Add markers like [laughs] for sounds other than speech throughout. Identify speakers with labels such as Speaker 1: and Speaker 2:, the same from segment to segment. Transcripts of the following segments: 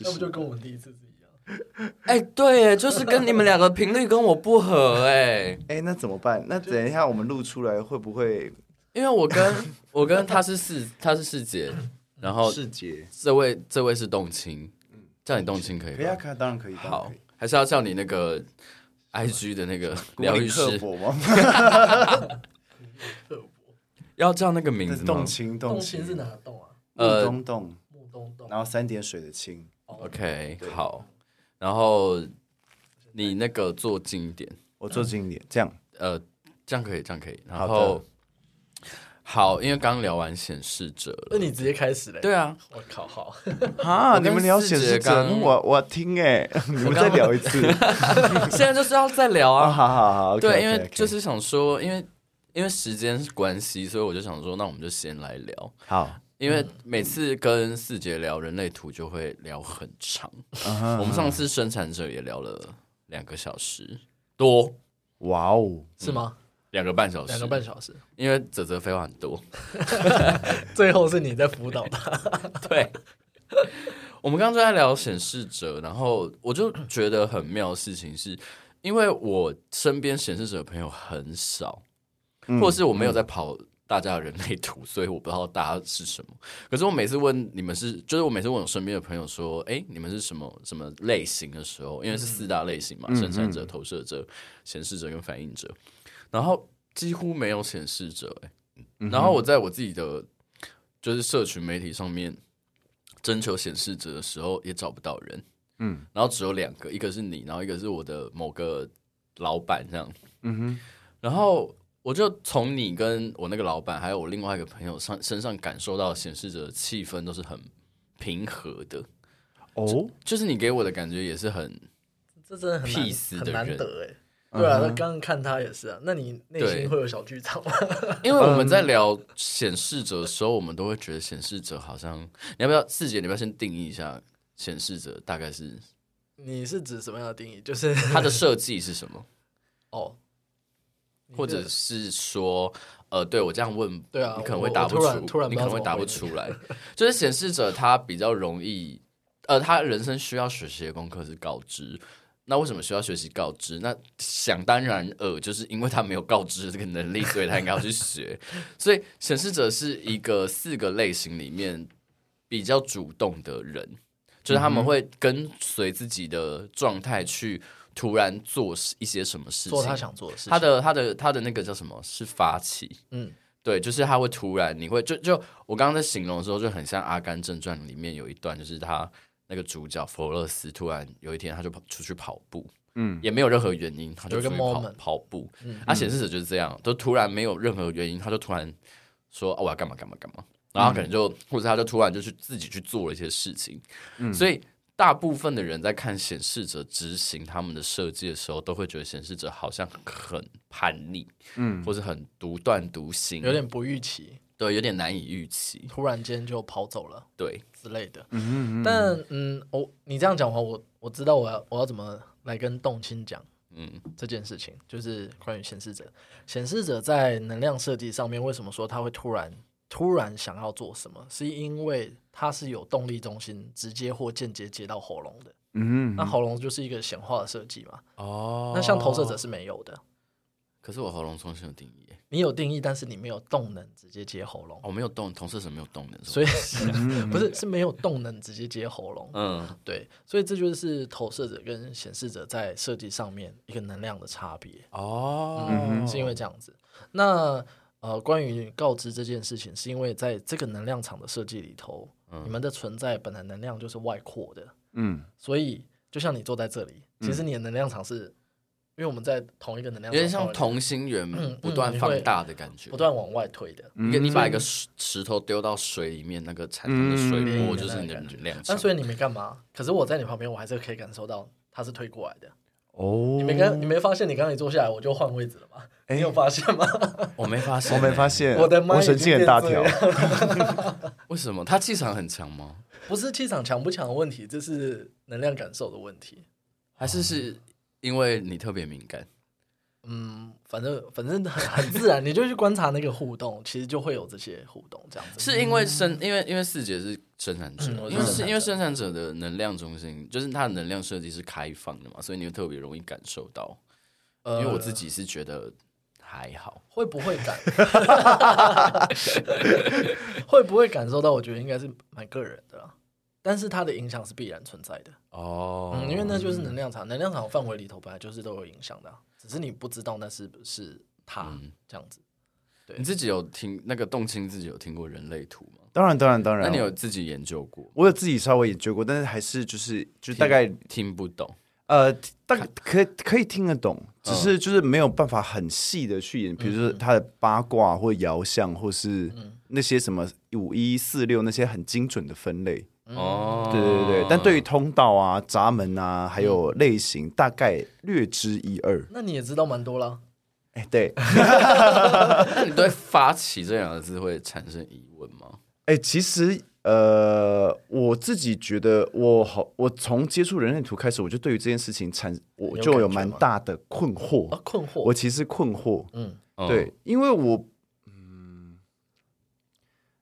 Speaker 1: 那不就跟我们第一次是一样？
Speaker 2: 哎、对耶，就是跟你们两个频率跟我不合哎，
Speaker 3: 哎、那怎么办？那等一下我们录出来会不会
Speaker 2: 因为我
Speaker 3: [laughs]
Speaker 2: 跟我跟他是四，他是四姐，然后
Speaker 3: 世杰？
Speaker 2: 这位这位是动青，叫你动青可以
Speaker 3: 嗯可以啊，
Speaker 2: 吧？
Speaker 3: 可以啊当然可以。当然
Speaker 2: 好
Speaker 3: 可以，
Speaker 2: 还是要叫你那个 I G 的那
Speaker 3: [laughs]
Speaker 2: 个疗
Speaker 3: 孤
Speaker 2: 愈
Speaker 3: 零刻
Speaker 2: 师，
Speaker 3: 薄吗？
Speaker 2: 要叫那个名
Speaker 3: [laughs] 那是
Speaker 2: 字吗
Speaker 3: 动情动
Speaker 1: 动
Speaker 3: 情
Speaker 1: 心是哪个动啊？
Speaker 2: 呃
Speaker 3: 嗯呃东洞，
Speaker 1: 木东动。
Speaker 3: 然后三点水的青，
Speaker 2: ？OK，
Speaker 3: 对
Speaker 2: 好，然后你那个做近一点，
Speaker 3: 我做经典这样。
Speaker 2: 呃，这样可以，这样可以，然
Speaker 3: 好的
Speaker 2: 后好，因为刚聊完显示者
Speaker 1: 那
Speaker 2: 了，
Speaker 1: 你直接开始嘞？
Speaker 2: 对啊，
Speaker 1: 我靠，好，
Speaker 2: 啊
Speaker 3: 啊你们聊显示者，那我我听哎， [laughs] 你们再聊一次 [laughs]
Speaker 2: 啊现在就是要再聊
Speaker 3: 啊！好
Speaker 2: 啊，
Speaker 3: 好好，
Speaker 2: 对，因为就是想说，因为因为时间关系，所以我就想说，那我们就先来聊。
Speaker 3: 好，
Speaker 2: 因
Speaker 1: 嗯
Speaker 2: 为每次跟四姐聊人类图就会聊很长，
Speaker 1: 嗯
Speaker 3: 嗯
Speaker 2: 我们上次生产者也聊了两个小时多，
Speaker 3: [laughs] 哇哦，
Speaker 1: 是吗？
Speaker 2: 两个半小
Speaker 1: [laughs]
Speaker 2: 时，
Speaker 1: 两个半小时，
Speaker 2: 因为泽泽废话很多。
Speaker 1: 最后是你在辅导他。
Speaker 2: 对，我们刚刚就在聊显示者，然后我就觉得很妙的事情是，因为我身边显示者的朋友很少，或者是我没有在跑大家的人类图，所以我不知道大家是什么。可是我每次问你们是，就是我每次问我身边的朋友说，哎，你们是什么什么类型的时候，因为是四大类型嘛，生产者、投射者、显示者跟反应者，然后几乎没有显示者、哎，然后我在我自己的就是社群媒体上面征求显示者的时候，也找不到人，
Speaker 3: 嗯
Speaker 2: 然后只有两个，一个是你，然后一个是我的某个老板这样，
Speaker 3: 嗯哼，
Speaker 2: 然后我就从你跟我那个老板，还有我另外一个朋友上身上感受到显示者的气氛都是很平和的，
Speaker 3: 哦，
Speaker 2: 就是你给我的感觉也是
Speaker 3: [laughs]
Speaker 2: 很
Speaker 1: 这真的很难
Speaker 2: Peace 的
Speaker 1: 很难
Speaker 2: 人
Speaker 1: 得哎。对啊，
Speaker 3: 嗯
Speaker 1: 那
Speaker 3: 哼
Speaker 1: 刚刚看他也是啊。那你内
Speaker 2: 对
Speaker 1: 心会有小剧场吗？ [laughs]
Speaker 2: 因为我们在聊显示者的时候，我们都会觉得显示者好像，你要不要四姐，你要不要先定义一下显示者大概是
Speaker 1: 你是指什么样的定义？就是
Speaker 2: 它的设计是什么，
Speaker 1: [laughs] 哦，
Speaker 2: 或者是说，呃，对我这样问，
Speaker 1: 对啊
Speaker 2: 你可能
Speaker 1: 我
Speaker 2: 会答不
Speaker 1: 我
Speaker 2: 出，
Speaker 1: 突然突然不知
Speaker 2: 你可
Speaker 1: 道
Speaker 2: 能会答不
Speaker 1: 怎么 [laughs]
Speaker 2: 出来，就是显示者他比较容易，呃，他人生需要学习的功课是告知。那为什么需要学习告知？那想当然呃，就是因为他没有告知这个能力，所以他应该要去学。所以显示者是一个四个类型里面比较主动的人，就是
Speaker 1: 嗯
Speaker 2: 他们会跟随自己的状态去突然做一些什么事情，
Speaker 1: 做他想做的事情。
Speaker 2: 他的他的他的那个叫什么是发起，
Speaker 1: 嗯，
Speaker 2: 对，就是他会突然，你会就就我刚刚在形容的时候，就很像《阿甘正传》里面有一段，就是他那个主角佛勒斯突然有一天他就跑出去跑步，
Speaker 3: 嗯，
Speaker 2: 也没有任何原因，他就
Speaker 1: 有一
Speaker 2: 出
Speaker 1: 个
Speaker 2: 去跑
Speaker 1: moment
Speaker 2: 跑步
Speaker 1: 嗯。
Speaker 2: 啊，显示者就是这样，都突然没有任何原因，他就突然说、啊、我要干嘛干嘛干嘛，然后可能就、或者他就突然就去自己去做了一些事情。所以大部分的人在看显示者执行他们的设计的时候，都会觉得显示者好像很叛逆，嗯，或是很独断独行，
Speaker 1: 有点不预期，
Speaker 2: 对，有点难以预期。
Speaker 1: 突然间就跑走了
Speaker 2: 对，
Speaker 1: 之类的。但嗯，我你这样讲的话，我我知道我要我要怎么来跟动青讲
Speaker 2: 嗯
Speaker 1: 这件事情，就是关于显示者。显示者在能量设计上面，为什么说他会突然突然想要做什么？是因为它是有动力中心直接或间接接到喉咙的。
Speaker 3: 嗯
Speaker 1: 那喉咙就是一个显化的设计嘛。
Speaker 3: 啊
Speaker 2: 哦
Speaker 1: 那像投射者，是没有的，
Speaker 2: 可是我喉咙中心有定义耶，
Speaker 1: 你有定义，但是你没有动能直接接喉咙，
Speaker 2: 我、没有动，同射者没有动的，
Speaker 1: 所
Speaker 2: 以
Speaker 1: 以不是是没有动能直接接喉咙。
Speaker 2: 嗯
Speaker 1: 对，所以这就是投射者跟显示者在设计上面一个能量的差别，
Speaker 2: 哦，
Speaker 3: 嗯
Speaker 1: 是因为这样子。那呃，关于告知这件事情，是因为在这个能量场的设计里头，你们的存在本来能量就是外扩的，
Speaker 3: 嗯，
Speaker 1: 所以就像你坐在这里，其实你的能量场是，因为我们在同一个能量
Speaker 2: 有
Speaker 1: 场，
Speaker 2: 点像同心圆
Speaker 1: 嗯
Speaker 2: 不断
Speaker 1: 嗯
Speaker 2: 放
Speaker 1: 会
Speaker 2: 大的感觉，
Speaker 1: 不断嗯往外推
Speaker 3: 嗯
Speaker 1: 的。
Speaker 2: 你你把一个石石头丢到水里面，那个产生的水波
Speaker 1: 嗯
Speaker 2: 就是你的能量
Speaker 1: 那
Speaker 2: 场。
Speaker 1: 所以你没干嘛，可是我在你旁边，我还是可以感受到它是推过来的。
Speaker 3: 哦
Speaker 1: 你，没跟你没发现，你刚刚一坐下来我就换位置了吗？你有发现
Speaker 3: [laughs]
Speaker 1: 吗？
Speaker 2: 我没发现、
Speaker 3: 我没发，现，
Speaker 1: 我的妈
Speaker 3: 我神经很大条，
Speaker 2: 为什么他气场很强吗？
Speaker 1: 不是气场强不强的问题，这是能量感受的问题。
Speaker 2: 还是是因为你特别敏感？
Speaker 1: 嗯，反正反正很很自然，你就去观察那个互动，其实就会有这些互动这样子。
Speaker 2: 是因为生，因为因为四姐是生产者，
Speaker 1: 嗯我是
Speaker 2: 因为
Speaker 1: 生产者
Speaker 2: 是因为生产者的能量中心就是它的能量设计是开放的嘛，所以你会特别容易感受到。
Speaker 1: 呃
Speaker 2: 因为我自己是觉得还好，
Speaker 1: 会不会感， [laughs] 会不会感受到？我觉得应该是蛮个人的啦，但是它的影响是必然存在的。
Speaker 2: 哦
Speaker 1: 嗯，因为那就是能量场，能量场范围里头本来就是都有影响的啊、只是你不知道那是不是它
Speaker 2: 嗯
Speaker 1: 这样子。
Speaker 2: 你自己有听那个动青自己有听过人类图吗？
Speaker 3: 当然当然当然，啊
Speaker 2: 那你有自己研究过？
Speaker 3: 我有自己稍微研究过，但是还是就是就大概
Speaker 2: 听不懂，
Speaker 3: 呃，大可以可以听得懂，
Speaker 2: 嗯
Speaker 3: 只是就是没有办法很细的去演，比如说他的八卦或爻象，或是
Speaker 2: 嗯
Speaker 3: 那些什么五一四六那些很精准的分类。
Speaker 2: 哦，
Speaker 3: 对对对，但对于通道啊、闸门啊，还有类型，大概略知一二。
Speaker 1: 那你也知道蛮多啦，
Speaker 3: 哎，对，
Speaker 2: [laughs] 那你对“发起”这两个字会产生疑问吗？
Speaker 3: 哎，其实呃，我自己觉得我好，我从接触人类图开始，我就对于这件事情产，我
Speaker 1: 有
Speaker 3: 就
Speaker 1: 感
Speaker 3: 有
Speaker 1: 觉
Speaker 3: 蛮
Speaker 1: 吗
Speaker 3: 大的困惑。
Speaker 2: 哦
Speaker 1: 啊，困惑
Speaker 3: 我。其实困惑，
Speaker 1: 嗯，
Speaker 2: 嗯
Speaker 3: 对，，因为我嗯，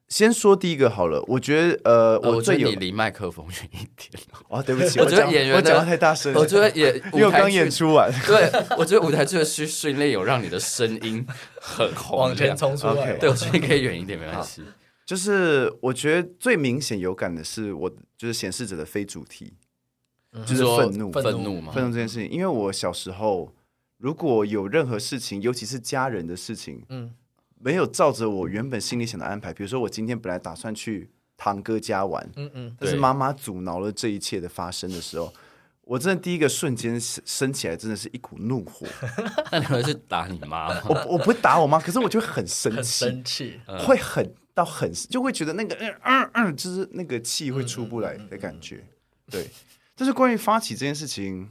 Speaker 3: 先说第一个好了，我觉得呃，
Speaker 2: 呃我觉
Speaker 3: 最
Speaker 2: 得
Speaker 3: 有
Speaker 2: 你离麦克风远一点。
Speaker 3: 啊，对不
Speaker 2: [laughs]
Speaker 3: 起，
Speaker 2: 我觉得
Speaker 3: 讲
Speaker 2: 演员
Speaker 3: 我讲
Speaker 2: 的
Speaker 3: 话太大声了，
Speaker 2: [laughs] 我觉得也，
Speaker 3: [laughs] 因为我
Speaker 2: 舞台
Speaker 3: 刚演
Speaker 2: 剧，
Speaker 3: 出完，
Speaker 2: 对我觉得舞台剧的训训练有让你的声音很洪
Speaker 1: 往前
Speaker 2: 亮。
Speaker 1: 冲出来
Speaker 3: OK
Speaker 2: 对，我觉得你可以远一点，没关系。
Speaker 3: 就是我觉得最明显有感的是我就是显示者的非主题，就是
Speaker 2: 说
Speaker 3: 愤怒
Speaker 2: 愤怒嘛，
Speaker 3: 愤怒这件事情，因为我小时候如果有任何事情，尤其是家人的事情，
Speaker 1: 嗯
Speaker 3: 没有照着我原本心里想的安排，比如说我今天本来打算去堂哥家玩，
Speaker 1: 嗯嗯，
Speaker 3: 但是
Speaker 2: 对
Speaker 3: 妈妈阻挠了这一切的发生的时候，我真的第一个瞬间升起来，真的是一股怒火。
Speaker 2: 那你会去打你妈吗？
Speaker 3: 我我不会打我妈，可是我就会很生
Speaker 1: 很
Speaker 3: 气，
Speaker 1: 生气。
Speaker 3: 会很到很就会觉得那个嗯嗯嗯，就是那个气会出不来的感
Speaker 1: 嗯
Speaker 3: 觉。对，但是关于发起这件事情，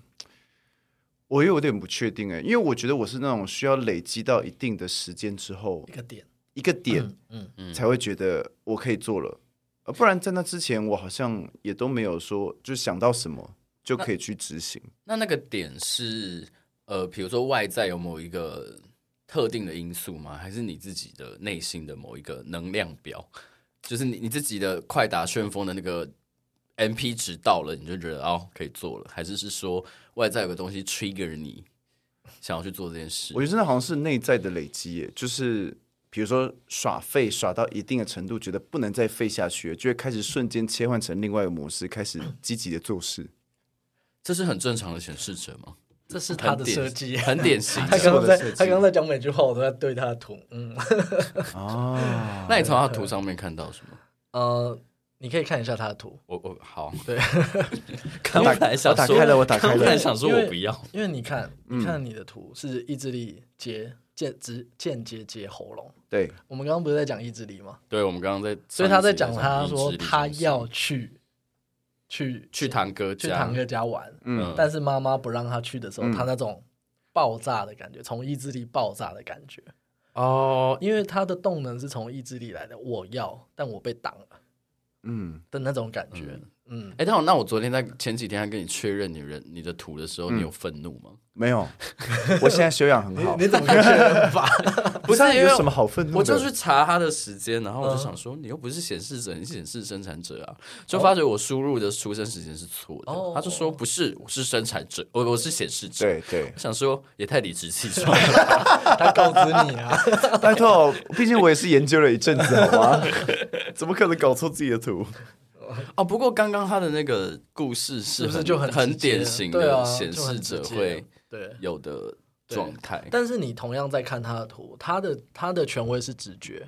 Speaker 3: 我又有点不确定哎，因为我觉得我是那种需要累积到一定的时间之后
Speaker 1: 一，个点，
Speaker 3: 一个点
Speaker 1: 嗯，
Speaker 3: 才会觉得我可以做了，呃不然在那之前我好像也都没有说就想到什么就可以去执行。
Speaker 2: 那那个点是呃，比如说外在有某一个特定的因素吗？还是你自己的内心的某一个能量表？就是你你自己的快打旋风的那个 M P 值到了，你就觉得哦可以做了，还是是说外在有个东西 trigger 你想要去做这件事
Speaker 3: 我？觉得真的好像是内在的累积耶，就是比如说耍废耍到一定的程度，觉得不能再废下去了，就会开始瞬间切换成另外一个模式，开始积极的做事。
Speaker 2: 这是很正常的显示者吗？
Speaker 1: 这是他
Speaker 2: 很
Speaker 1: 的
Speaker 2: 典
Speaker 1: 设计。
Speaker 2: 很典型
Speaker 1: 他
Speaker 2: 的。
Speaker 1: 刚刚在
Speaker 3: 是我的设计
Speaker 1: 他刚刚在讲每句话，我都在对他的图。嗯，
Speaker 3: 哦，
Speaker 2: 那你从他图上面看到什么？
Speaker 1: 呃，你可以看一下他的图，
Speaker 2: 我我好，
Speaker 1: 对，
Speaker 2: [laughs] 刚
Speaker 3: 打
Speaker 2: 才想
Speaker 3: 我打
Speaker 2: 说
Speaker 3: 开了我打开了
Speaker 2: 刚才想说
Speaker 1: 因为
Speaker 2: 我不要，
Speaker 1: 因为你看，你看你的图是意志力接间直间接接喉咙。
Speaker 3: 对，
Speaker 1: 我们刚刚不是在讲意志力吗？
Speaker 2: 对我们刚刚在，
Speaker 1: 所以他在讲，他说
Speaker 2: 哦上一集在讲
Speaker 1: 他
Speaker 2: 意志力
Speaker 1: 要去去
Speaker 2: 去堂哥
Speaker 1: 去
Speaker 2: 家，
Speaker 1: 堂哥家玩，
Speaker 2: 嗯
Speaker 3: 嗯，
Speaker 1: 但是妈妈不让他去的时候，
Speaker 3: 嗯
Speaker 1: 他那种爆炸的感觉，从意志力爆炸的感觉，
Speaker 2: 哦，
Speaker 1: 因为他的动能是从意志力来的。我要，但我被挡了
Speaker 3: 嗯，
Speaker 1: 的那种感觉。嗯，
Speaker 2: 哎，那我那我昨天在前几天还跟你确认你人你的图的时候，你有愤怒吗？
Speaker 3: 没有，我现在修养很
Speaker 2: [laughs]
Speaker 3: 好
Speaker 1: 你。怎么可以确认法？
Speaker 2: 不是
Speaker 3: 啊
Speaker 2: 因为
Speaker 3: 有什么好愤怒的？
Speaker 2: 我就去查他的时间，然后我就
Speaker 1: 嗯
Speaker 2: 想说，你又不是显示者，你是显示生产者啊，就发觉我输入的出生时间是错的
Speaker 1: 哦，
Speaker 2: 他就说不是，我是生产者，我我是显示者。
Speaker 3: 对对
Speaker 2: 我，想说也太理
Speaker 1: [laughs]
Speaker 2: 直气壮
Speaker 1: [laughs]
Speaker 2: 了，
Speaker 1: 他告知你啊，
Speaker 3: 拜托，毕竟我也是研究了一阵子，
Speaker 2: [laughs]
Speaker 3: 好吗？怎么可能搞错自己的图？
Speaker 2: 哦，不过刚刚他的那个故事
Speaker 1: 是
Speaker 2: 是
Speaker 1: 不是
Speaker 2: 很
Speaker 1: 就
Speaker 2: 很
Speaker 1: 很直接
Speaker 2: 典型
Speaker 1: 对
Speaker 2: 的
Speaker 1: 啊
Speaker 2: 显
Speaker 1: 就很
Speaker 2: 示者
Speaker 1: 直接
Speaker 2: 会
Speaker 1: [laughs] 对。
Speaker 2: 有的状态？
Speaker 1: 但是你同样在看他的图，他的他的权威是直觉，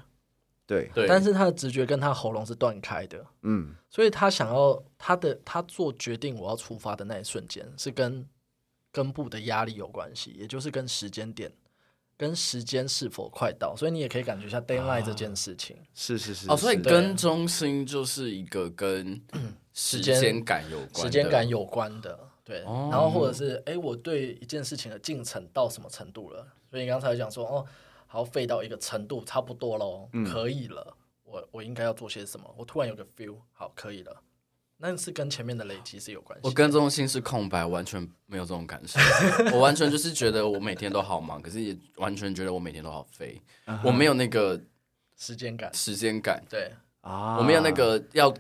Speaker 3: 对，
Speaker 2: 对，
Speaker 1: 但是他的直觉跟他喉咙是断开的，
Speaker 3: 嗯，
Speaker 1: 所以他想要他的他做决定我要出发的那一瞬间是跟根部的压力有关系，也就是跟时间点、跟时间是否快到，所以你也可以感觉一下 d a y l i g h t 这件事情。
Speaker 3: 是是是
Speaker 2: 哦，所以
Speaker 3: 是
Speaker 1: 对啊
Speaker 2: 跟中心就是一个
Speaker 1: [clears throat]
Speaker 2: 跟时间感有关，
Speaker 1: 时间感。有关的，对。
Speaker 2: 哦
Speaker 1: 然后或者是哎，诶我对一件事情的进程到什么程度了？所以你刚才讲说，哦，好，废到一个程度，差不多喽，
Speaker 2: 嗯
Speaker 1: 可以了。我我应该要做些什么？我突然有个 feel，好，可以了。那是跟前面的累积是有关系
Speaker 2: 我
Speaker 1: 的。
Speaker 2: 跟中心是空白，完全没有这种感
Speaker 1: [laughs]
Speaker 2: 受。我完全就是觉得我每天都好忙，可是也完全觉得我每天都好飞。
Speaker 1: 嗯
Speaker 2: 我没有那个
Speaker 1: 时间感，
Speaker 2: 时间感，
Speaker 1: 对，
Speaker 3: 啊
Speaker 2: 我没有那个要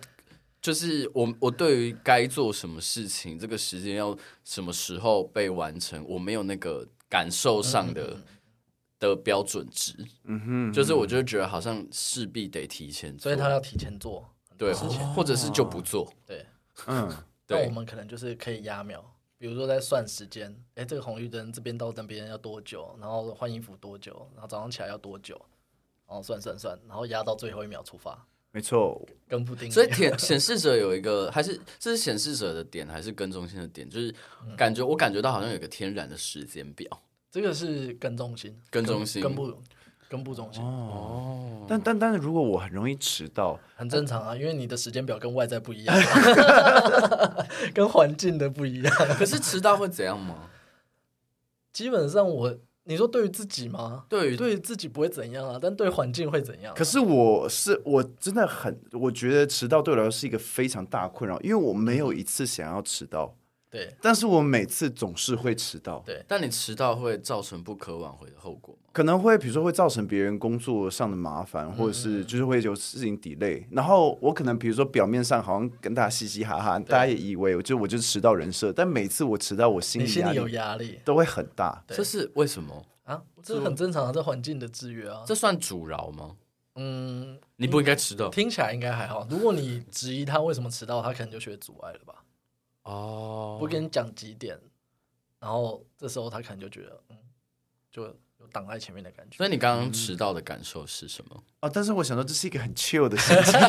Speaker 2: 就是我我对于该做什么事情，这个时间要什么时候被完成，我没有那个感受上的、
Speaker 1: 嗯
Speaker 2: 的标准值，
Speaker 3: 嗯哼，
Speaker 2: 就是我就觉得好像势必得提前做，
Speaker 1: 所以他要提前做。
Speaker 2: 对，或者是就不做，
Speaker 1: 对，
Speaker 3: 嗯，
Speaker 1: 那
Speaker 2: 对
Speaker 1: 我们可能就是可以压秒，比如说在算时间，哎、这个红绿灯这边到那边要多久，然后换衣服多久，然后早上起来要多久，然后算算算，然后压到最后一秒出发，
Speaker 3: 没错，
Speaker 1: 跟布丁一样。
Speaker 2: 所以显显示者有一个，还是这是显示者的点，还是跟踪性的点？就是感觉、我感觉到好像有一个天然的时间表
Speaker 1: 这个是跟重心，
Speaker 2: 跟重心
Speaker 1: 跟不跟不重心，
Speaker 2: 哦，
Speaker 3: 但但但是如果我很容易迟到，
Speaker 1: 很正常啊，因为你的时间表跟外在不一样， [laughs] 跟环境的不一样。
Speaker 2: 可是迟到会怎样 [laughs] 吗？
Speaker 1: 基本上我，你说对于自己吗？
Speaker 2: 对于
Speaker 1: 对于自己不会怎样啊，但对环境会怎样啊、
Speaker 3: 可是我是我真的很，我觉得迟到对我来说是一个非常大的困扰，因为我没有一次想要迟到，
Speaker 1: 对
Speaker 3: 但是我每次总是会迟到，
Speaker 1: 对
Speaker 2: 但你迟到会造成不可挽回的后果吗？
Speaker 3: 可能会比如说会造成别人工作上的麻烦，或者是就是会有事情 delay，然后我可能比如说表面上好像跟大家嘻嘻哈哈，大家也以为我就我就是迟到人设，但每次我迟到，我心
Speaker 1: 你
Speaker 3: 里
Speaker 1: 心
Speaker 3: 压
Speaker 1: 里有
Speaker 3: 力
Speaker 1: 压力
Speaker 3: 都会很大。
Speaker 1: 对
Speaker 2: 这是为什么？
Speaker 1: 啊，这很正常啊，这环境的制约啊。
Speaker 2: 这算阻挠吗？
Speaker 1: 嗯，
Speaker 2: 你不应该迟到
Speaker 1: 听起来应该还好。如果你质疑他为什么迟到，他可能就学阻碍了吧？
Speaker 2: 哦
Speaker 1: 我跟你讲几点，然后这时候他可能就觉得，嗯，就有挡在前面的感觉。
Speaker 2: 所以你刚刚迟到的感受是什么？
Speaker 3: 哦，但是我想到这是一个很 chill 的心情， [laughs]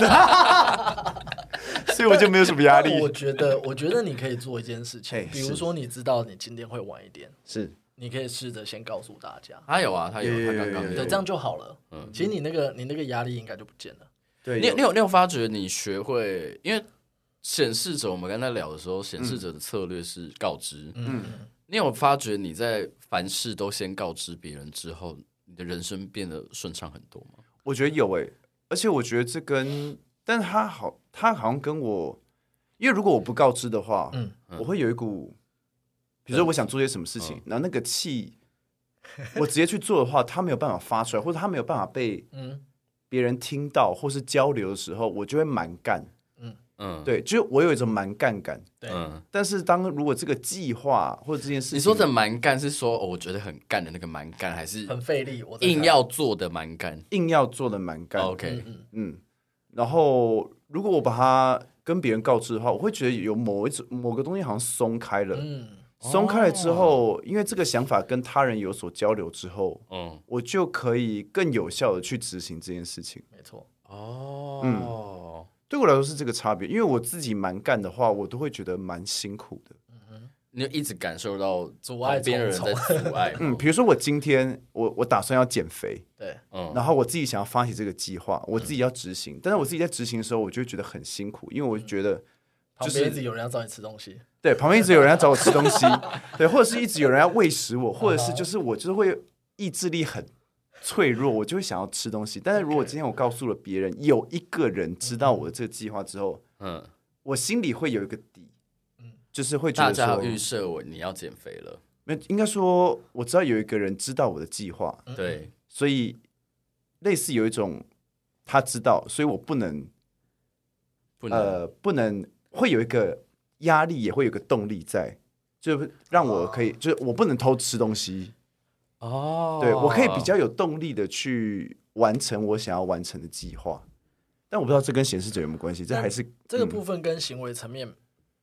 Speaker 3: 所以我就没有什么压力
Speaker 1: 但。我觉得，我觉得你可以做一件事情 [laughs]
Speaker 3: 嘿，
Speaker 1: 比如
Speaker 3: 是
Speaker 1: 说你知道你今天会晚一点，
Speaker 3: 是，
Speaker 1: 你可以试着先告诉大家，
Speaker 2: 他有啊，他有，
Speaker 3: 有
Speaker 2: 他
Speaker 3: 有有
Speaker 2: 刚刚
Speaker 3: 有
Speaker 2: 有
Speaker 1: 对，这样就好了。
Speaker 2: 嗯
Speaker 1: 其实你那个你那个压力应该就不见了。
Speaker 3: 对
Speaker 2: 你有你有你有发觉你学会，因为显示者我们刚才聊的时候，显示者的策略是告知。
Speaker 1: 嗯，
Speaker 2: 你有发觉你在凡事都先告知别人之后，你的人生变得顺畅很多吗？
Speaker 3: 我觉得有诶、而且我觉得这跟，但是他好，他好像跟我，因为如果我不告知的话，
Speaker 1: 嗯
Speaker 3: 我会有一股，比如说我想做些什么事
Speaker 2: 嗯
Speaker 3: 情，然后那个气，我直接去做的话，他没有办法发出来，或者他没有办法被
Speaker 1: 嗯
Speaker 3: 别人听到或是交流的时候，我就会蛮干，
Speaker 2: 嗯，，
Speaker 3: 对，就是我有一种蛮干感。
Speaker 1: 对，
Speaker 2: 嗯，
Speaker 3: 但是当如果这个计划或者这件事情，
Speaker 2: 你说的蛮干是说、哦我觉得很干的那个蛮干，还是
Speaker 1: 很费力，我在
Speaker 2: 硬
Speaker 1: 猜
Speaker 2: 要做的蛮干
Speaker 3: 硬要做的蛮干，
Speaker 2: ？OK，
Speaker 1: 嗯
Speaker 3: 嗯，然后如果我把它跟别人告知的话，我会觉得有某一种某个东西好像松开了，
Speaker 1: 嗯
Speaker 3: 松开了之后，因为这个想法跟他人有所交流之后，
Speaker 2: 嗯，
Speaker 3: 我就可以更有效的去执行这件事情。
Speaker 1: 没错，
Speaker 2: 哦，
Speaker 3: 对我来说是这个差别，因为我自己蛮干的话，我都会觉得蛮辛苦的。
Speaker 2: 你就一直感受到
Speaker 1: 阻碍
Speaker 2: 旁边的人在
Speaker 1: 重
Speaker 2: 阻碍吗，
Speaker 3: 嗯，比如说我今天我我打算要减肥，
Speaker 1: 对，
Speaker 2: 嗯，
Speaker 3: 然后我自己想要发起这个计划，我自己要执行，但是我自己在执行的时候，我就会觉得很辛苦，因为我就觉得。
Speaker 1: 旁
Speaker 3: 是
Speaker 1: 边一直有人要找你吃东西，
Speaker 3: 对，旁边一直有人要找我吃东西， [laughs] 对，或者是一直有人要喂食我，或者是就是我就是会意志力很脆弱，我就会想要吃东西。但是如果今天我告诉了别人，有一个人知道我的这个计划之后，
Speaker 2: 嗯，
Speaker 3: 我心里会有一个底
Speaker 1: 嗯，
Speaker 3: 就是会觉
Speaker 2: 大
Speaker 3: 得
Speaker 2: 家要
Speaker 3: 说，
Speaker 2: 预设我你要减肥了，
Speaker 3: 没应该说我知道有一个人知道我的计划，
Speaker 1: 嗯
Speaker 2: 对，
Speaker 3: 所以类似有一种他知道，所以我不能
Speaker 2: 不能。
Speaker 3: 呃不能会有一个压力，也会有一个动力在。就是让我可以，就是我不能偷吃东西，
Speaker 2: 哦
Speaker 3: 对我可以比较有动力的去完成我想要完成的计划。但我不知道这跟显示者有没有关系，这
Speaker 1: 但
Speaker 3: 还是
Speaker 1: 这个
Speaker 3: 嗯
Speaker 1: 部分跟行为层面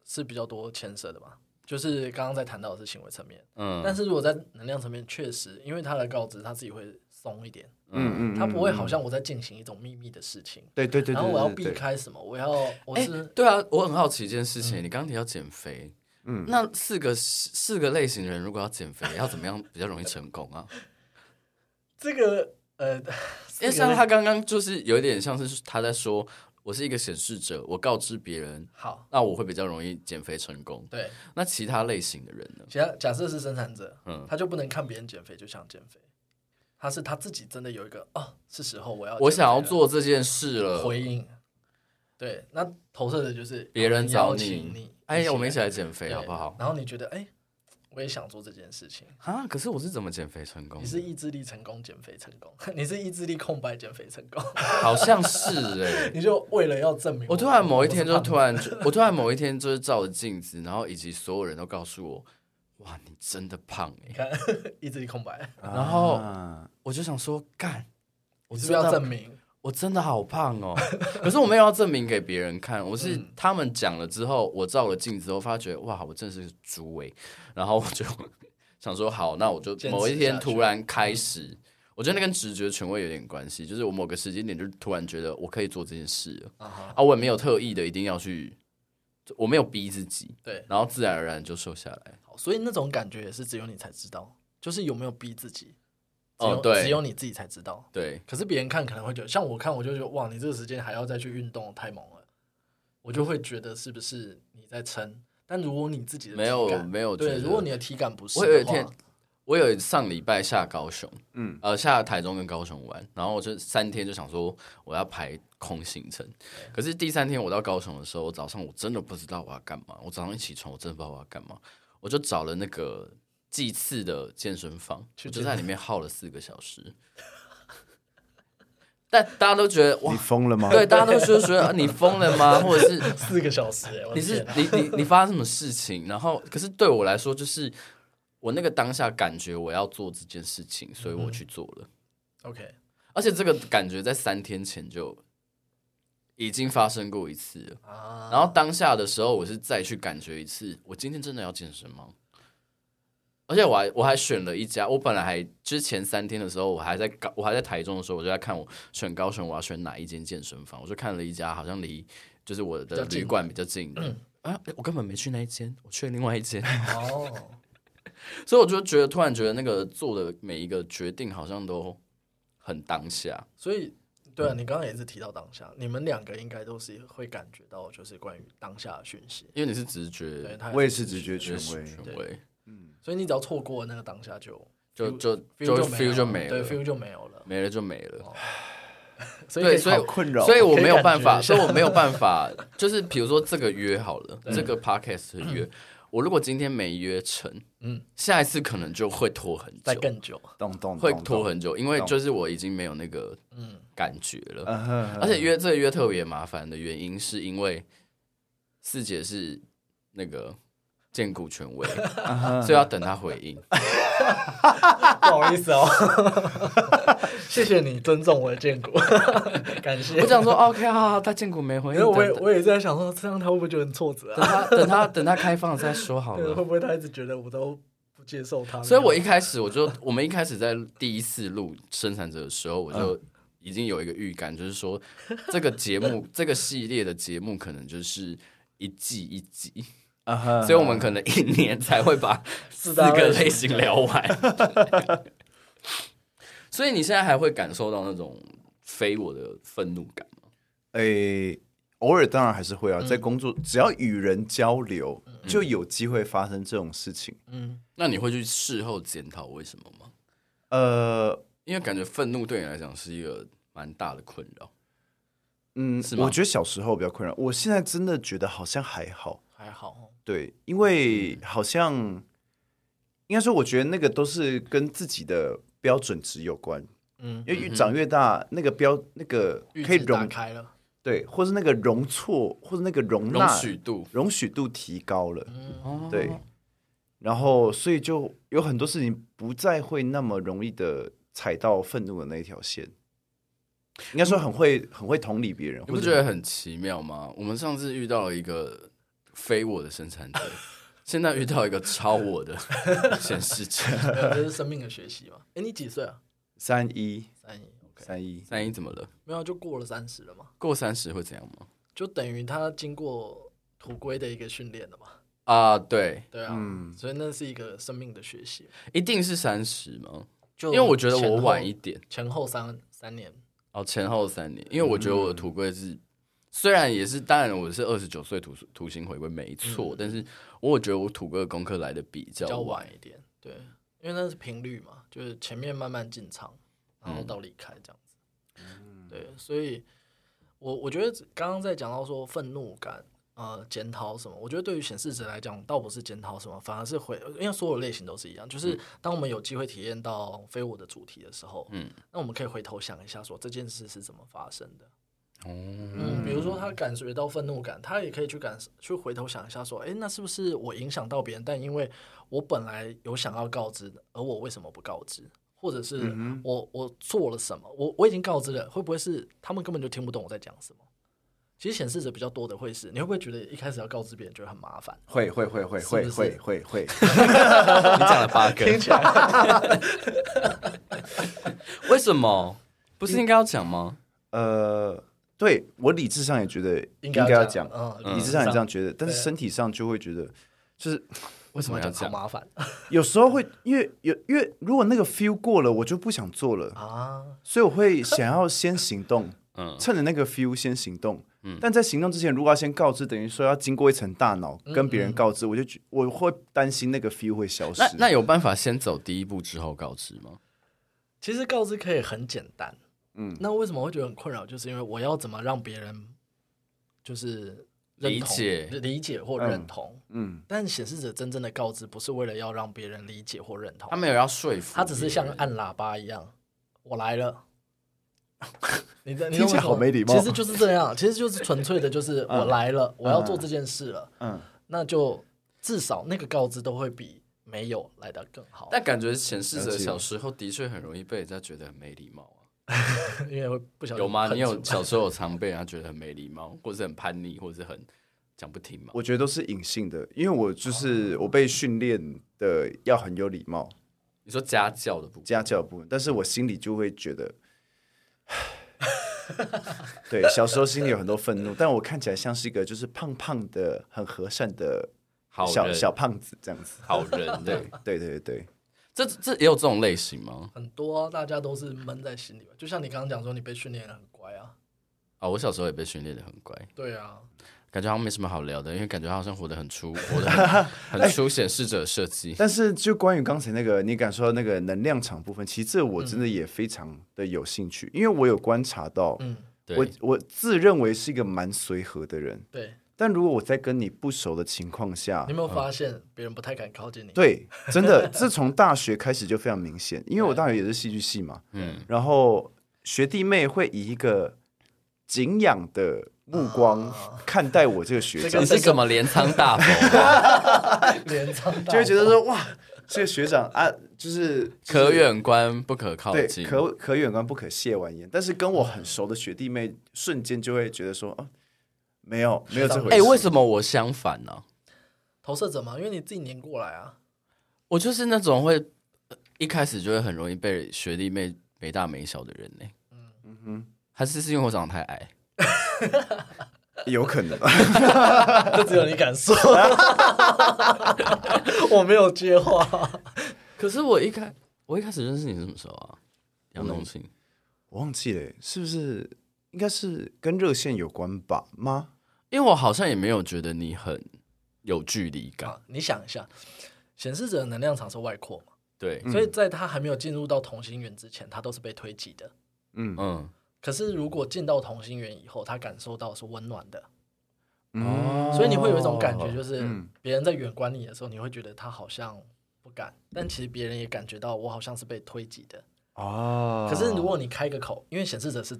Speaker 1: 是比较多牵涉的嘛。就是刚刚在谈到的是行为层面，
Speaker 2: 嗯，
Speaker 1: 但是如果在能量层面，确实因为他的告知，他自己会松一点，
Speaker 2: 嗯
Speaker 3: 嗯
Speaker 1: 他不会好像我在进行一种秘密的事情，
Speaker 3: 对对对，
Speaker 1: 然后
Speaker 3: 对
Speaker 1: 我要
Speaker 3: 对
Speaker 1: 避
Speaker 3: 对
Speaker 1: 开什么，我要我
Speaker 2: 哎、
Speaker 1: 是嗯
Speaker 2: 对啊，我很好奇一件事情，你刚刚提到减肥，嗯，那四个四个类型的人如果要减肥，要怎么样比较容易成功
Speaker 1: [laughs]
Speaker 2: 啊？
Speaker 1: 这个
Speaker 2: [laughs]
Speaker 1: 呃，
Speaker 2: 因为像他刚刚就是有一点像是他在说，我是一个显示者，我告知别人，
Speaker 1: 好
Speaker 2: 那我会比较容易减肥成功。
Speaker 1: 对，
Speaker 2: 那其他类型的人呢？
Speaker 1: 假假设是生产者，
Speaker 2: 嗯
Speaker 1: 他就不能看别人减肥就想减肥，他是他自己真的有一个哦，是时候我要
Speaker 2: 我
Speaker 1: 减肥
Speaker 2: 想要
Speaker 1: 了
Speaker 2: 做这件事了，
Speaker 1: 回应。对，那投射的就是
Speaker 2: 别人找
Speaker 1: 邀请你
Speaker 2: 哎呀，我们一
Speaker 1: 来
Speaker 2: 起来减肥
Speaker 1: 对
Speaker 2: 好不好？
Speaker 1: 然后你觉得哎、我也想做这件事情。
Speaker 2: 啊！可是我是怎么减肥成功
Speaker 1: 你
Speaker 2: 的？
Speaker 1: 是意志力成功，减肥成功；你是意志力空白，减肥成功。
Speaker 2: 好像是哎、
Speaker 1: [laughs] 你就为了要证明
Speaker 2: 我突然某一天就
Speaker 1: 我是
Speaker 2: 突然，
Speaker 1: [laughs]
Speaker 2: 我突然某一天就是照着镜子，然后以及所有人都告诉我，哇，你真的胖
Speaker 1: 胖
Speaker 2: 哎、
Speaker 1: 你看 [laughs] 意志力空白，
Speaker 2: 然后
Speaker 3: 啊
Speaker 2: 我就想说，干，我
Speaker 1: 你是
Speaker 2: 知
Speaker 1: 不是
Speaker 2: 道
Speaker 1: 要证明？
Speaker 2: 我真的好胖哦。 [laughs] 可是我没有要证明给别人看，我是
Speaker 1: 嗯
Speaker 2: 他们讲了之后，我照了镜子后发觉，哇，我真的是个猪哎、然后我就 [laughs] 想说，好，那我就
Speaker 1: 坚持
Speaker 2: 某一天
Speaker 1: 下去嗯
Speaker 2: 突然开始。我觉得那跟直觉权威有点关系，就是我某个时间点就突然觉得我可以做这件事了，
Speaker 1: 啊哈，
Speaker 2: 啊，我也没有特意的一定要去，我没有逼自己，
Speaker 1: 对，
Speaker 2: 然后自然而然就瘦下来。
Speaker 1: 好所以那种感觉也是只有你才知道，就是有没有逼自己。只
Speaker 2: 哦
Speaker 1: 有
Speaker 2: 对
Speaker 1: 只有你自己才知道。
Speaker 2: 对，
Speaker 1: 可是别人看可能会觉得，像我看我就觉得，哇，你这个时间还要再去运动，太猛了，我就会觉得是不是你在撑？但如果你自己的
Speaker 2: 没有
Speaker 1: 体感
Speaker 2: 没有觉
Speaker 1: 对，
Speaker 2: 得
Speaker 1: 如果你的体感不是
Speaker 2: 我有一
Speaker 1: 的话
Speaker 2: 天，我有上礼拜下高雄，
Speaker 3: 嗯
Speaker 2: 呃，下台中跟高雄玩，然后我就三天就想说我要排空行程，可是第三天我到高雄的时候，我早上我真的不知道我要干嘛，我早上一起床我真的不知道我要干嘛，我就找了那个祭祀的健身房，
Speaker 1: 去
Speaker 2: 我
Speaker 1: 健
Speaker 2: 就
Speaker 1: 身
Speaker 2: 在里面耗了四个小时。 [laughs] 但大家都觉得哇
Speaker 3: 你，疯了吗？
Speaker 2: 对，大家都说说、啊、你疯了吗？或者是
Speaker 1: 四个小时、欸，我的
Speaker 2: 你是
Speaker 1: 天啊
Speaker 2: 你你你发生什么事情？然后，可是对我来说，就是我那个当下感觉我要做这件事情，所以我去做了。
Speaker 1: OK，
Speaker 2: 而且这个感觉在三天前就已经发生过一次了。
Speaker 1: 啊，
Speaker 2: 然后当下的时候，我是再去感觉一次，我今天真的要健身吗？而且我还我还选了一家，我本来还之前三天的时候，我还在高我还在台中的时候，我就在看我选高雄我要选哪一间健身房，我就看了一家好像离就是我
Speaker 1: 较
Speaker 2: 的
Speaker 1: 近嗯
Speaker 2: 旅馆比较近的。啊！我根本没去那一间，我去了另外一间， [laughs]
Speaker 1: 哦，
Speaker 2: 所以我就觉得突然觉得那个做的每一个决定好像都很当下。
Speaker 1: 所以对啊，你刚刚也是提到当下，你们两个应该都是会感觉到，就是关于当下的讯息。
Speaker 2: 因为你是直
Speaker 1: 对，
Speaker 2: 觉
Speaker 1: 他
Speaker 3: 我也是直觉
Speaker 2: 直
Speaker 3: 权
Speaker 2: 觉
Speaker 3: 威，
Speaker 2: 权威，
Speaker 1: 所以你只要错过那个当下就，
Speaker 2: 就
Speaker 1: Feel-
Speaker 2: 就
Speaker 1: feel
Speaker 2: 就
Speaker 1: 就
Speaker 2: feel 就
Speaker 1: 没
Speaker 2: 没
Speaker 1: 了对
Speaker 2: 了，
Speaker 1: ，feel 就没有了。
Speaker 2: 没了就没了。
Speaker 1: 所以可
Speaker 2: 对，
Speaker 1: 以
Speaker 2: 所以
Speaker 3: 好困扰哦
Speaker 2: 所以我没有办法，
Speaker 1: 可
Speaker 2: 所
Speaker 1: 以感觉一下
Speaker 2: 以我没有办法，就是比如说这个约好了，这个 podcast 的约，我如果今天没约成，
Speaker 1: 嗯
Speaker 2: 嗯，下一次可能就会拖很
Speaker 1: 再
Speaker 2: 久，
Speaker 1: 更久，
Speaker 3: 懂懂
Speaker 2: 会
Speaker 3: 懂
Speaker 2: 拖
Speaker 3: 懂
Speaker 2: 很久，因为就是我已经没有那个
Speaker 1: 嗯
Speaker 2: 感觉了，
Speaker 3: 嗯哼
Speaker 2: 而且约这个约特别麻烦的原因，是因为四姐是那个荐股权
Speaker 1: [laughs]
Speaker 2: 威，
Speaker 3: 嗯
Speaker 2: 所以要等她回应。
Speaker 1: 不好意思哦， [laughs] 谢谢你尊重我的建国， [laughs] 感谢。
Speaker 2: 我想说 OK，好好，她荐股没回
Speaker 1: 因
Speaker 2: 应，
Speaker 1: 为我也
Speaker 2: 等
Speaker 1: 我也在想说，这样他会不会觉得很挫折啊？
Speaker 2: 等她等她等她开放了再说好
Speaker 1: 对，
Speaker 2: 了
Speaker 1: 会。不会他一直觉得我都不接受他？
Speaker 2: 所以我一开始我就， [laughs] 我们一开始在第一次录《生产者》的时候，我就已经有一个预感，就是说这个节目、 [laughs] 这个系列的节目可能就是一季一集，
Speaker 3: 啊哈
Speaker 2: 所以我们可能一年才会把四
Speaker 1: 大类
Speaker 2: 个
Speaker 1: 型
Speaker 2: 类型聊完。所以你现在还会感受到那种非我的愤怒感吗？
Speaker 3: 诶，哎偶尔当然还是会啊，
Speaker 2: 嗯
Speaker 3: 在工作只要与人交流，就有机会发生这种事情。
Speaker 1: 嗯，
Speaker 2: 那你会去事后检讨为什么吗？
Speaker 3: 呃，
Speaker 2: 因为感觉愤怒对你来讲是一个蛮大的困扰。
Speaker 3: 嗯
Speaker 2: 是，吗
Speaker 3: 我觉得小时候比较困扰，我现在真的觉得好像还好。
Speaker 1: 还好哦，
Speaker 3: 对，因
Speaker 2: 嗯
Speaker 3: 为好像应该说，我觉得那个都是跟自己的标准值有关。
Speaker 1: 嗯，
Speaker 3: 因为越长越大，那个标那个
Speaker 1: 哦预
Speaker 3: 可以
Speaker 1: 知打
Speaker 3: 容
Speaker 1: 开了，
Speaker 3: 对，或是那个容错，或是那个容纳
Speaker 2: 容许度
Speaker 3: 容许度提高了，
Speaker 2: 哦
Speaker 3: 对。然后，所以就有很多事情不再会那么容易的踩到愤怒的那一条线。应该说很会很会同理别人，
Speaker 2: 嗯你
Speaker 3: 或
Speaker 2: 不
Speaker 3: 者
Speaker 2: 觉得很奇妙吗？我们上次遇到了一个非我的生产者，现在遇到一个超我的显示者。
Speaker 1: 没有这是生命的学习嘛？哎，你几岁啊？
Speaker 3: 三一
Speaker 1: 三一，OK，
Speaker 3: 三一
Speaker 2: 三一怎么了？
Speaker 1: 没有就过了三十了嘛，
Speaker 2: 过三十会怎样吗？
Speaker 1: 就等于他经过土龟的一个训练了嘛，
Speaker 2: 啊，对，
Speaker 1: 对啊，
Speaker 3: 嗯
Speaker 1: 所以那是一个生命的学习。
Speaker 2: 一定是三十吗？
Speaker 1: 就
Speaker 2: 因为我觉得
Speaker 1: 前
Speaker 2: 我
Speaker 1: 后
Speaker 2: 晚一点，
Speaker 1: 前后三三年，
Speaker 2: 哦，前后三年，因为我觉得我
Speaker 1: 嗯
Speaker 2: 的土龟是。虽然也是，当然我是二十九岁土土星回归没错，但是我觉得我土龟的功课来的比
Speaker 1: 嗯
Speaker 2: 较
Speaker 1: 比较
Speaker 2: 晚
Speaker 1: 晚，一点，对，因为那是频率嘛，就是前面慢慢进场，然后
Speaker 2: 嗯
Speaker 1: 到离开这样子。对，所以我我觉得刚刚在讲到说愤怒感，呃检讨什么，我觉得对于显示者来讲，倒不是检讨什么，反而是回，因为所有类型都是一样，
Speaker 2: 嗯
Speaker 1: 就是当我们有机会体验到非我的主题的时候，
Speaker 2: 嗯，
Speaker 1: 那我们可以回头想一下，说这件事是怎么发生的。
Speaker 2: 哦，
Speaker 1: 嗯，比如说他感觉到愤怒感，他也可以去感去回头想一下，说，诶，那是不是我影响到别人？但因为我本来有想要告知的，而我为什么不告知？或者是
Speaker 3: 嗯哼
Speaker 1: 我、我做了什么？我我已经告知了，会不会是他们根本就听不懂我在讲什么？其实显示者比较多的会是，你会不会觉得一开始要告知别人觉得很麻烦？
Speaker 3: 会会会会
Speaker 1: 是
Speaker 3: 会
Speaker 1: 不是
Speaker 3: 会会会， [laughs]
Speaker 2: 你讲了八个，
Speaker 1: 起来
Speaker 2: [laughs] 为什么？不是应该要讲吗？
Speaker 3: 呃，对我理智上也觉得应
Speaker 1: 应
Speaker 3: 该
Speaker 1: 该
Speaker 3: 要
Speaker 1: 讲
Speaker 3: 讲，，
Speaker 1: 嗯，
Speaker 3: 理智上也这样觉得，但是
Speaker 1: 对啊
Speaker 3: 身体上就会觉得，就是
Speaker 2: 为什么要
Speaker 1: 好
Speaker 2: 讲？
Speaker 1: 麻烦
Speaker 3: 有时候会因为有因为如果那个 feel 过了，我就不想做了，
Speaker 1: 啊？
Speaker 3: 所以我会想要先行动，
Speaker 2: 嗯
Speaker 3: 趁着那个 feel 先行动。
Speaker 1: 嗯
Speaker 3: 但在行动之前，如果要先告知，等于说要经过一层大脑
Speaker 1: 嗯
Speaker 3: 跟别人告知，我就觉我会担心那个 feel 会消失
Speaker 2: 那。那有办法先走第一步之后告知吗？
Speaker 1: 其实告知可以很简单，
Speaker 3: 嗯
Speaker 1: 那为什么会觉得很困扰？就是因为我要怎么让别人就是认
Speaker 2: 理
Speaker 1: 同
Speaker 2: 解
Speaker 1: 理解或认同？
Speaker 3: 嗯，
Speaker 1: 但显示者真正的告知不是为了要让别人理解或认同
Speaker 2: 他，没有要说服别人，
Speaker 1: 他只是像按喇叭一样，我来了。 [laughs] 你的你
Speaker 3: 听起来
Speaker 1: 懂我
Speaker 3: 好没礼貌
Speaker 1: 其实就是这样，其实就是纯粹的，就是我来了，我要做这件事了，
Speaker 3: 嗯，
Speaker 1: 那就至少那个告知都会比没有来的更好，
Speaker 2: 但感觉显示
Speaker 3: 了
Speaker 2: 者
Speaker 3: 解
Speaker 2: 小时候的确很容易被人家觉得很没礼貌啊。
Speaker 1: 因为会不小心
Speaker 2: 有吗？
Speaker 1: 喷
Speaker 2: 你
Speaker 1: 出
Speaker 2: 有
Speaker 1: 来
Speaker 2: 小时候有常被人家觉得很没礼貌，或是很叛逆，或是很讲不听吗？
Speaker 3: 我觉得都是隐性的，因为我
Speaker 2: 哦
Speaker 3: 就是我被训练的要很有礼貌，
Speaker 2: 你说家教的部分，
Speaker 3: 家教的部分，但是我心里就会觉得， [sighs] 唉对，小时候心里有很多愤怒，但我看起来像是一个就是胖胖的、很和善的
Speaker 2: 好
Speaker 3: 小
Speaker 2: 人，
Speaker 3: 小胖子
Speaker 2: [laughs]
Speaker 3: 这样子。
Speaker 2: 好人，对，
Speaker 3: 对对对对，
Speaker 2: 这这也有这种类型吗？
Speaker 1: 很多啊、大家都是闷在心里吧，就像你刚刚讲说，你被训练得很乖啊，
Speaker 2: 啊、我小时候也被训练的很乖，
Speaker 1: 对啊，
Speaker 2: 感觉好像没什么好聊的，因为感觉好像活得很
Speaker 3: [laughs]
Speaker 2: 出，活得很很出显示者设计。
Speaker 3: 但是就关于刚才那个你感受到那个能量场部分，其实这我真的也非常的有兴趣，因为我有观察到，
Speaker 1: 嗯，
Speaker 2: 对
Speaker 3: 我我自认为是一个蛮随和的人，
Speaker 1: 对，
Speaker 3: 但如果我在跟你不熟的情况下
Speaker 1: 你有，没有发现别人不太敢靠近你？
Speaker 3: 啊
Speaker 1: [laughs]
Speaker 3: 嗯对，真的，自从大学开始就非常明显，因为我大学也是戏剧系嘛，
Speaker 2: 嗯，
Speaker 3: 然后学弟妹会以一个敬仰的目光看待我这个学
Speaker 1: 哦这
Speaker 3: 长
Speaker 2: 你
Speaker 1: 个，
Speaker 2: 是什么镰仓大佛啊、
Speaker 3: [laughs]
Speaker 1: 连长大
Speaker 3: 就会觉得说哇，这个学长啊，就是
Speaker 2: 可远观不可靠
Speaker 3: 对
Speaker 2: 近，
Speaker 3: 可可远观不可亵玩焉，但是跟我很熟的学弟妹瞬间就会觉得说啊，没有没有这回事，
Speaker 2: 哎、为什么我相反呢、
Speaker 1: 投射者嘛，因为你自己黏过来 [laughs] 啊。
Speaker 2: 我就是那种会呃一开始就会很容易被学弟妹没大没小的人呢、
Speaker 3: 嗯哼
Speaker 2: 还是是因为我长得太矮？
Speaker 3: 有可能， [laughs]
Speaker 1: 这只有你敢说， [laughs] 我没有接话。
Speaker 2: 可是我一开我一开始认识你是什么时候啊？杨东庆，
Speaker 3: 我忘记了，是不是应该是跟热线有关吧？吗？
Speaker 2: 因为我好像也没有觉得你很有距离感，
Speaker 1: 啊，你想一下，显示者的能量场是外扩嘛，
Speaker 2: 对，
Speaker 3: 嗯
Speaker 1: 所以在他还没有进入到同心圆之前，他都是被推挤的。
Speaker 3: 嗯，
Speaker 2: 嗯，
Speaker 1: 可是如果进到同心圆以后，他感受到是温暖的，
Speaker 3: 哦
Speaker 1: 所以你会有一种感觉，就是
Speaker 3: 嗯
Speaker 1: 别人在远观你的时候，你会觉得他好像不敢，但其实别人也感觉到我好像是被推挤的。
Speaker 3: 哦
Speaker 1: 可是如果你开个口，因为显示者是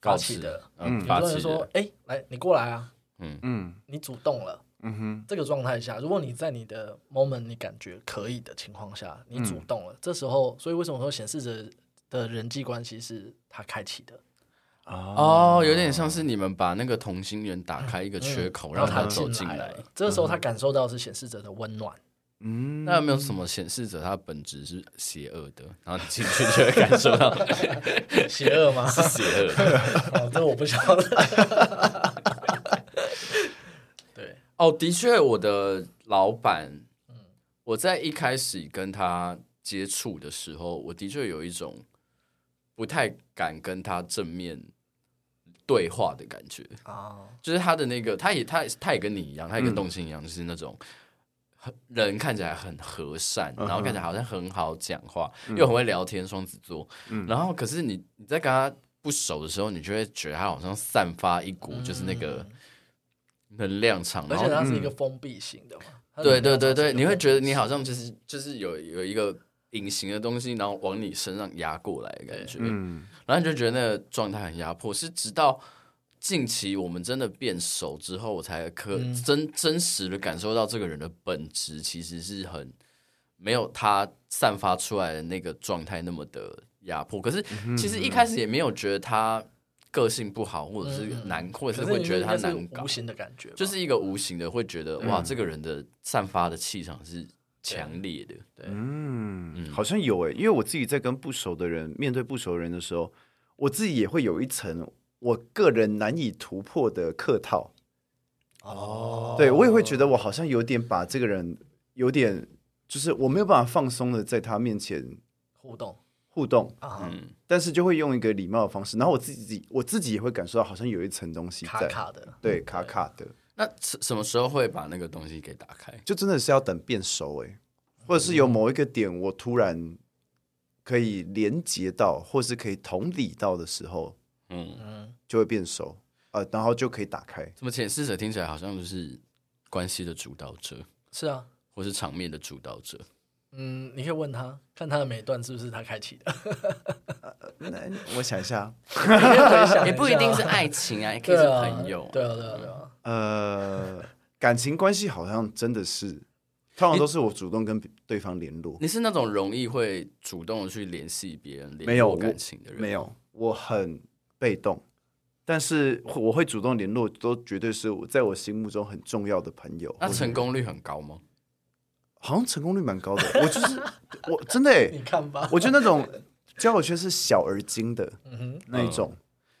Speaker 2: 高
Speaker 1: 发起的，
Speaker 2: 嗯，
Speaker 1: 有
Speaker 2: 发
Speaker 1: 的
Speaker 2: 起
Speaker 1: 人说
Speaker 2: 的，：“
Speaker 1: 哎、来，你过来啊，
Speaker 3: 嗯
Speaker 1: 你主动了。”
Speaker 3: 嗯哼，
Speaker 1: 这个状态下，如果你在你的 moment 你感觉可以的情况下，你主
Speaker 2: 嗯
Speaker 1: 动了，这时候，所以为什么说显示者的人际关系是他开启的，
Speaker 2: 哦，有点像是你们把那个同心圆打开一个缺口，
Speaker 1: 然
Speaker 2: 让
Speaker 1: 后他
Speaker 2: 走进
Speaker 1: 进来
Speaker 2: 来嗯
Speaker 1: 了。。这时候他感受到是显示者的温暖，
Speaker 3: 嗯，
Speaker 2: 那有没有什么显示者他本质是邪恶的？然后你进去就会感受到
Speaker 1: 邪恶吗？
Speaker 2: 是邪恶
Speaker 1: [laughs]
Speaker 2: 的。
Speaker 1: 哦，这我不晓得。 [laughs] 对，
Speaker 2: 哦，的确，我的老板，我在一开始跟他接触的时候，我的确有一种不太敢跟他正面对话的感觉。
Speaker 1: 啊，
Speaker 2: 就是他的那个，他也他也他也跟你一样，他也跟动心一样，就是那种很人看起来很和善，然后看起来好像很好讲话，又很会聊天，双子座。然后可是你你
Speaker 1: 嗯
Speaker 2: 在跟他不熟的时候，你就会觉得他好像散发一股就是那个能量场，
Speaker 1: 而
Speaker 2: 然
Speaker 1: 且
Speaker 2: 后
Speaker 1: 它是一个封闭型的嘛。它
Speaker 2: 嗯对
Speaker 1: 能量场是
Speaker 2: 对对对，
Speaker 1: 一个
Speaker 2: 你会
Speaker 1: 封
Speaker 2: 觉得
Speaker 1: 闭
Speaker 2: 你
Speaker 1: 型
Speaker 2: 好像就是就是有有一个隐形的东西，然后往你身上压过来的感觉，
Speaker 3: 嗯，
Speaker 2: 然后你就觉得那个状态很压迫。是直到近期我们真的变熟之后，我才可、
Speaker 1: 嗯
Speaker 2: 真真实的感受到这个人的本质其实是很没有他散发出来的那个状态那么的压迫。可是
Speaker 1: 嗯
Speaker 2: 其实一开始也没有觉得他个性不好，或者是
Speaker 1: 嗯嗯嗯
Speaker 2: 难，或者
Speaker 1: 可
Speaker 2: 是
Speaker 1: 是
Speaker 2: 会
Speaker 1: 你
Speaker 2: 觉得
Speaker 1: 应
Speaker 2: 他
Speaker 1: 该是
Speaker 2: 难搞
Speaker 1: 无。形的嗯感觉吧，
Speaker 2: 就是一个无形的会觉得哇，这个人的散发的气场是强烈的，对，
Speaker 3: 嗯，好像有诶、因为我自己在跟不熟的人面对不熟的人的时候，我自己也会有一层我个人难以突破的客套。
Speaker 1: 哦
Speaker 3: 对我也会觉得我好像有点把这个人有点，就是我没有办法放松的在他面前
Speaker 1: 互动
Speaker 3: 互动，
Speaker 1: 啊，
Speaker 2: 嗯
Speaker 3: 但是就会用一个礼貌的方式，然后我自己我自己也会感受到好像有一层东西
Speaker 1: 卡
Speaker 3: 在，
Speaker 1: 卡
Speaker 2: 嗯
Speaker 1: 的，嗯
Speaker 3: 对，卡卡的，
Speaker 2: 那什什么时候会把那个东西给打开？
Speaker 3: 就真的是要等变熟哎、或者是有某一个点我突然可以连接到，或是可以同理到的时候，
Speaker 2: 嗯，
Speaker 1: 嗯，
Speaker 3: 就会变熟，呃，然后就可以打开。
Speaker 2: 怎么显示者听起来好像就是关系的主导者，
Speaker 1: 是啊，
Speaker 2: 或是场面的主导者。
Speaker 1: 嗯，你可以问他，看他的每一段是不是他开启的，
Speaker 3: [laughs] 那我想一下，
Speaker 1: [laughs]
Speaker 2: 也不一定是爱情啊，也可
Speaker 1: 对
Speaker 2: 以是
Speaker 1: 啊
Speaker 2: 朋友、
Speaker 1: 对啊，对啊，对啊，
Speaker 3: 呃，感情关系好像真的是，通常都是我主动跟对方联络，
Speaker 2: 你是那种容易会主动的去联系别人、
Speaker 3: 没
Speaker 2: 联
Speaker 3: 有
Speaker 2: 络
Speaker 3: 我
Speaker 2: 感情的人？
Speaker 3: 没有，我很被动，但是我会主动联络，都绝对是我在我心目中很重要的朋友。
Speaker 2: 那成功率很高吗？
Speaker 3: 好像成功率蛮高的，我就是我真的、欸
Speaker 2: 嗯
Speaker 3: [laughs]
Speaker 1: 你，看吧，
Speaker 3: 我觉得那种交友圈是小而精的
Speaker 1: 嗯哼，
Speaker 3: 那一种，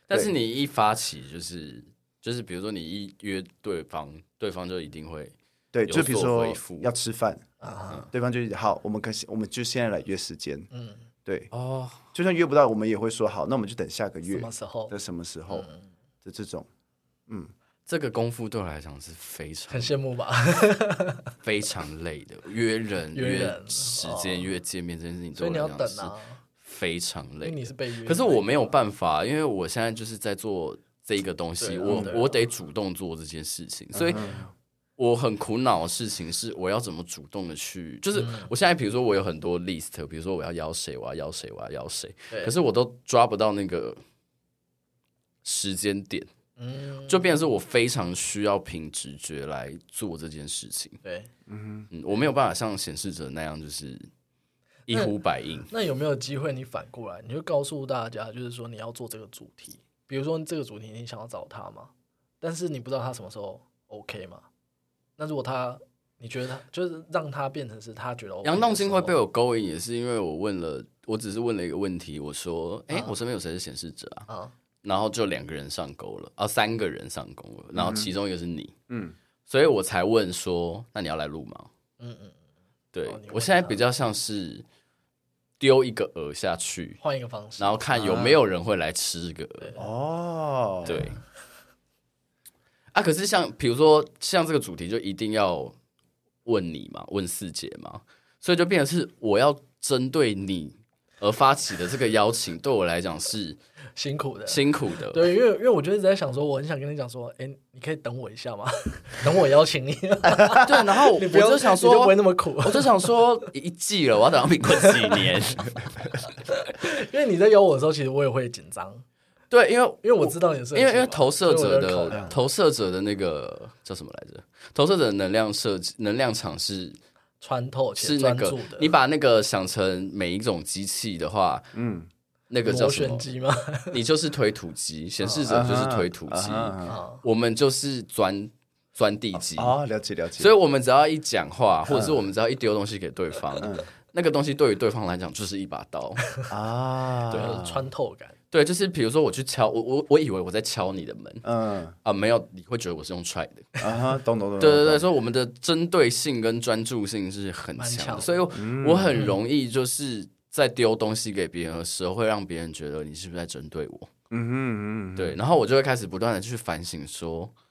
Speaker 2: 但是你一发起就是就是，比如说你一约对方，对方就一定会
Speaker 3: 对，
Speaker 2: 有
Speaker 3: 就比如
Speaker 2: 所
Speaker 3: 说
Speaker 2: 回复
Speaker 3: 要吃饭，
Speaker 1: 啊，
Speaker 3: 对方就好，我们可我们就现在来约时间，
Speaker 1: 嗯，
Speaker 3: 对，
Speaker 2: 哦，
Speaker 3: 就算约不到，我们也会说好，那我们就等下个
Speaker 1: 什
Speaker 3: 月
Speaker 1: 么时候嗯
Speaker 3: 的什么时候的这种，
Speaker 2: 这个功夫对我来讲是非常
Speaker 1: 很羡慕吧？
Speaker 2: 非常累的，约人、
Speaker 1: 约
Speaker 2: 约
Speaker 1: 人
Speaker 2: 时
Speaker 1: 哦
Speaker 2: 间、约见面这件事情，
Speaker 1: 所
Speaker 2: 对
Speaker 1: 以
Speaker 2: 我
Speaker 1: 你要
Speaker 2: 来讲
Speaker 1: 等
Speaker 2: 是
Speaker 1: 啊，
Speaker 2: 非常
Speaker 1: 因
Speaker 2: 累
Speaker 1: 为你
Speaker 2: 的。
Speaker 1: 是被约的，
Speaker 2: 可是我没有办法，因为我现在就是在做这个东西，
Speaker 1: 对啊
Speaker 2: 我
Speaker 1: 对啊嗯
Speaker 2: 我得主动做这件事情，所以我很苦恼的事情是，我要怎么主动的去，就是
Speaker 1: 嗯
Speaker 2: 我现在比如说我有很多 list，比如说我要邀谁，我要邀谁，我要邀谁，
Speaker 1: 对，
Speaker 2: 可是我都抓不到那个时间点，
Speaker 1: 嗯，
Speaker 2: 就变成是我非常需要凭直觉来做这件事情。
Speaker 1: 对，
Speaker 2: 嗯，我没有办法像显示者那样，就是一呼百应。
Speaker 1: 那有没有机会你反过来，你就告诉大家，就是说你要做这个主题，比如说这个主题你想要找他嘛，但是你不知道他什么时候 OK 嘛？那如果他你觉得他就是让他变成是他觉得 OK 的时候
Speaker 2: 杨栋金会被我勾引，也是因为我问了，我只是问了一个问题，我说：“
Speaker 1: 嗯
Speaker 2: 哎、我身边有谁是显示者啊
Speaker 1: 啊，？”
Speaker 2: 然后就两个人上钩了，啊，三个人上钩了，然后其中一个是你，
Speaker 3: 嗯，
Speaker 2: 所以我才问说：“那你要来录吗
Speaker 1: 嗯嗯，？”
Speaker 2: 对、
Speaker 1: 哦你问
Speaker 2: 我现在比较像是丢一个饵下去，
Speaker 1: 换一个方式
Speaker 2: 然，后看有
Speaker 1: 啊
Speaker 2: 没有人会来吃这个饵。
Speaker 3: 哦，
Speaker 2: 对。啊，可是像比如说像这个主题，就一定要问你嘛，问四姐嘛，所以就变成是我要针对你而发起的这个邀请，对我来讲是
Speaker 1: 辛苦的。
Speaker 2: 辛苦的。
Speaker 1: 对，因为因为我就一直在想说，我很想跟你讲说，哎，你可以等我一下吗？ [laughs] 等我邀请你，
Speaker 2: [laughs] 对，然后我
Speaker 1: 你不要
Speaker 2: 就想
Speaker 1: 你就不
Speaker 2: 说
Speaker 1: 会，那么苦，
Speaker 2: 我就想说一季了，我要等到民国几年？ [laughs]
Speaker 1: 因为你在邀我的时候，其实我也会紧张，
Speaker 2: 对，因为
Speaker 1: 因为我知道你是很
Speaker 2: 因为因为
Speaker 1: 紧张
Speaker 2: 投射者
Speaker 1: 所以我就考
Speaker 2: 的
Speaker 1: 量
Speaker 2: 投射者的那个叫什么来着？投射者的能量设计能量场是
Speaker 1: 穿透且
Speaker 2: 是那
Speaker 1: 专
Speaker 2: 个
Speaker 1: 注的，
Speaker 2: 你把那个想成每一种机器的话，
Speaker 3: 嗯，
Speaker 2: 那个叫
Speaker 1: 螺
Speaker 2: 什
Speaker 1: 旋
Speaker 2: 么？
Speaker 1: 机吗？
Speaker 2: 你就是推土机，显示者就是推土机，
Speaker 3: 啊
Speaker 1: 啊，
Speaker 2: 我们就是钻钻地机。
Speaker 1: 哦
Speaker 3: 啊，了解了解，
Speaker 2: 所以，我们只要一讲话，或者是我们只要一丢东西给对方，那个东西对于对方来讲就是一把刀。
Speaker 1: [laughs]
Speaker 3: 啊，
Speaker 1: 对，有穿透感。
Speaker 2: 对，就是比如说我去敲，我我我以为我在敲你的门
Speaker 3: 嗯
Speaker 2: 啊，没有，你会觉得我是用踹的。
Speaker 3: 啊哈，懂懂懂，
Speaker 2: 对对对，
Speaker 3: 懂，
Speaker 2: 所以我们的针对性跟专注性是很
Speaker 1: 蛮
Speaker 2: 强
Speaker 1: 强
Speaker 2: 的，
Speaker 1: 的
Speaker 2: 所以我我很容易就是在丢东西给别人的时候，会让别人觉得你是不是在针对我？
Speaker 3: 嗯哼嗯哼，嗯哼
Speaker 2: 对，然后我就会开始不断的去反省说。啊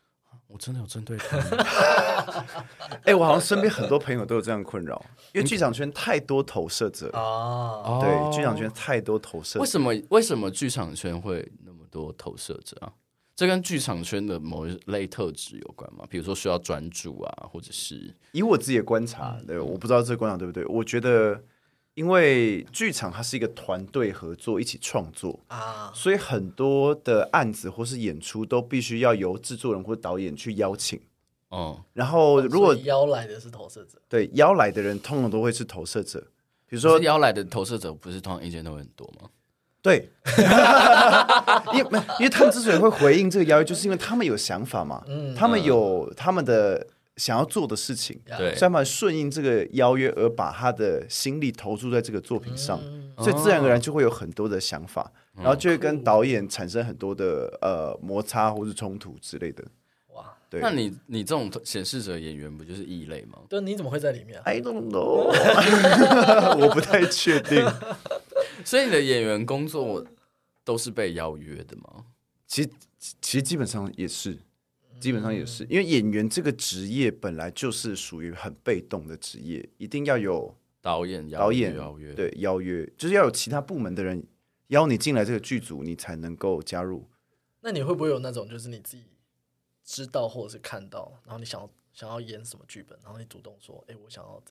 Speaker 2: 我真的有针对他吗，
Speaker 3: 哎，我好像身边很多朋友都有这样的困扰，因为剧场圈太多投射者，
Speaker 1: 哦，
Speaker 2: 哦
Speaker 3: 对，剧场圈太多投射
Speaker 2: 为，什么为什么剧场圈会那么多投射者啊？这跟剧场圈的某一类特质有关吗？比如说需要专注啊，或者是
Speaker 3: 以我自己的观察，
Speaker 1: 嗯
Speaker 3: 对，我不知道这个观察对不对，我觉得。因为剧场它是一个团队合作，一起创作，
Speaker 1: 啊，
Speaker 3: 所以很多的案子或是演出都必须要由制作人或导演去邀请。
Speaker 2: 嗯
Speaker 3: 然后如果
Speaker 1: 哦所以邀来的是投射者，
Speaker 3: 对邀来的人，通常都会是投射者，比如
Speaker 2: 说
Speaker 3: 说
Speaker 2: 邀来的投射者不是通常意见都会很多吗？
Speaker 3: 对，因为没有因为他们之所以会回应这个邀约，就是因为他们有想法嘛，
Speaker 1: 嗯
Speaker 3: 他们有他们的想要做的事情，
Speaker 1: 呀
Speaker 2: 对
Speaker 3: 所以他们顺应这个邀约而把他的心力投注在这个作品上，所以自然而然就会有很多的想法，然后就会跟导演产生很多的呃摩擦或是冲突之类的。
Speaker 1: 哇，
Speaker 3: 对
Speaker 2: 那你你这种显示者演员不就是异类吗？
Speaker 1: 对，你怎么会在里面啊？
Speaker 3: I don't [laughs] know，我不太确定。
Speaker 2: 所以你的演员工作都是被邀约的吗？
Speaker 3: [laughs] 其实其实基本上也是，基本上也是，因为演员这个职业本来就是属于很被动的职业，一定要有
Speaker 2: 导演邀约
Speaker 3: 导演
Speaker 2: 邀约，
Speaker 3: 对邀约，就是要有其他部门的人邀你进来这个剧组，你才能够加入。
Speaker 1: 那你会不会有那种就是你自己知道或者是看到，然后你想要想要演什么剧本，然后你主动说，哎、我想要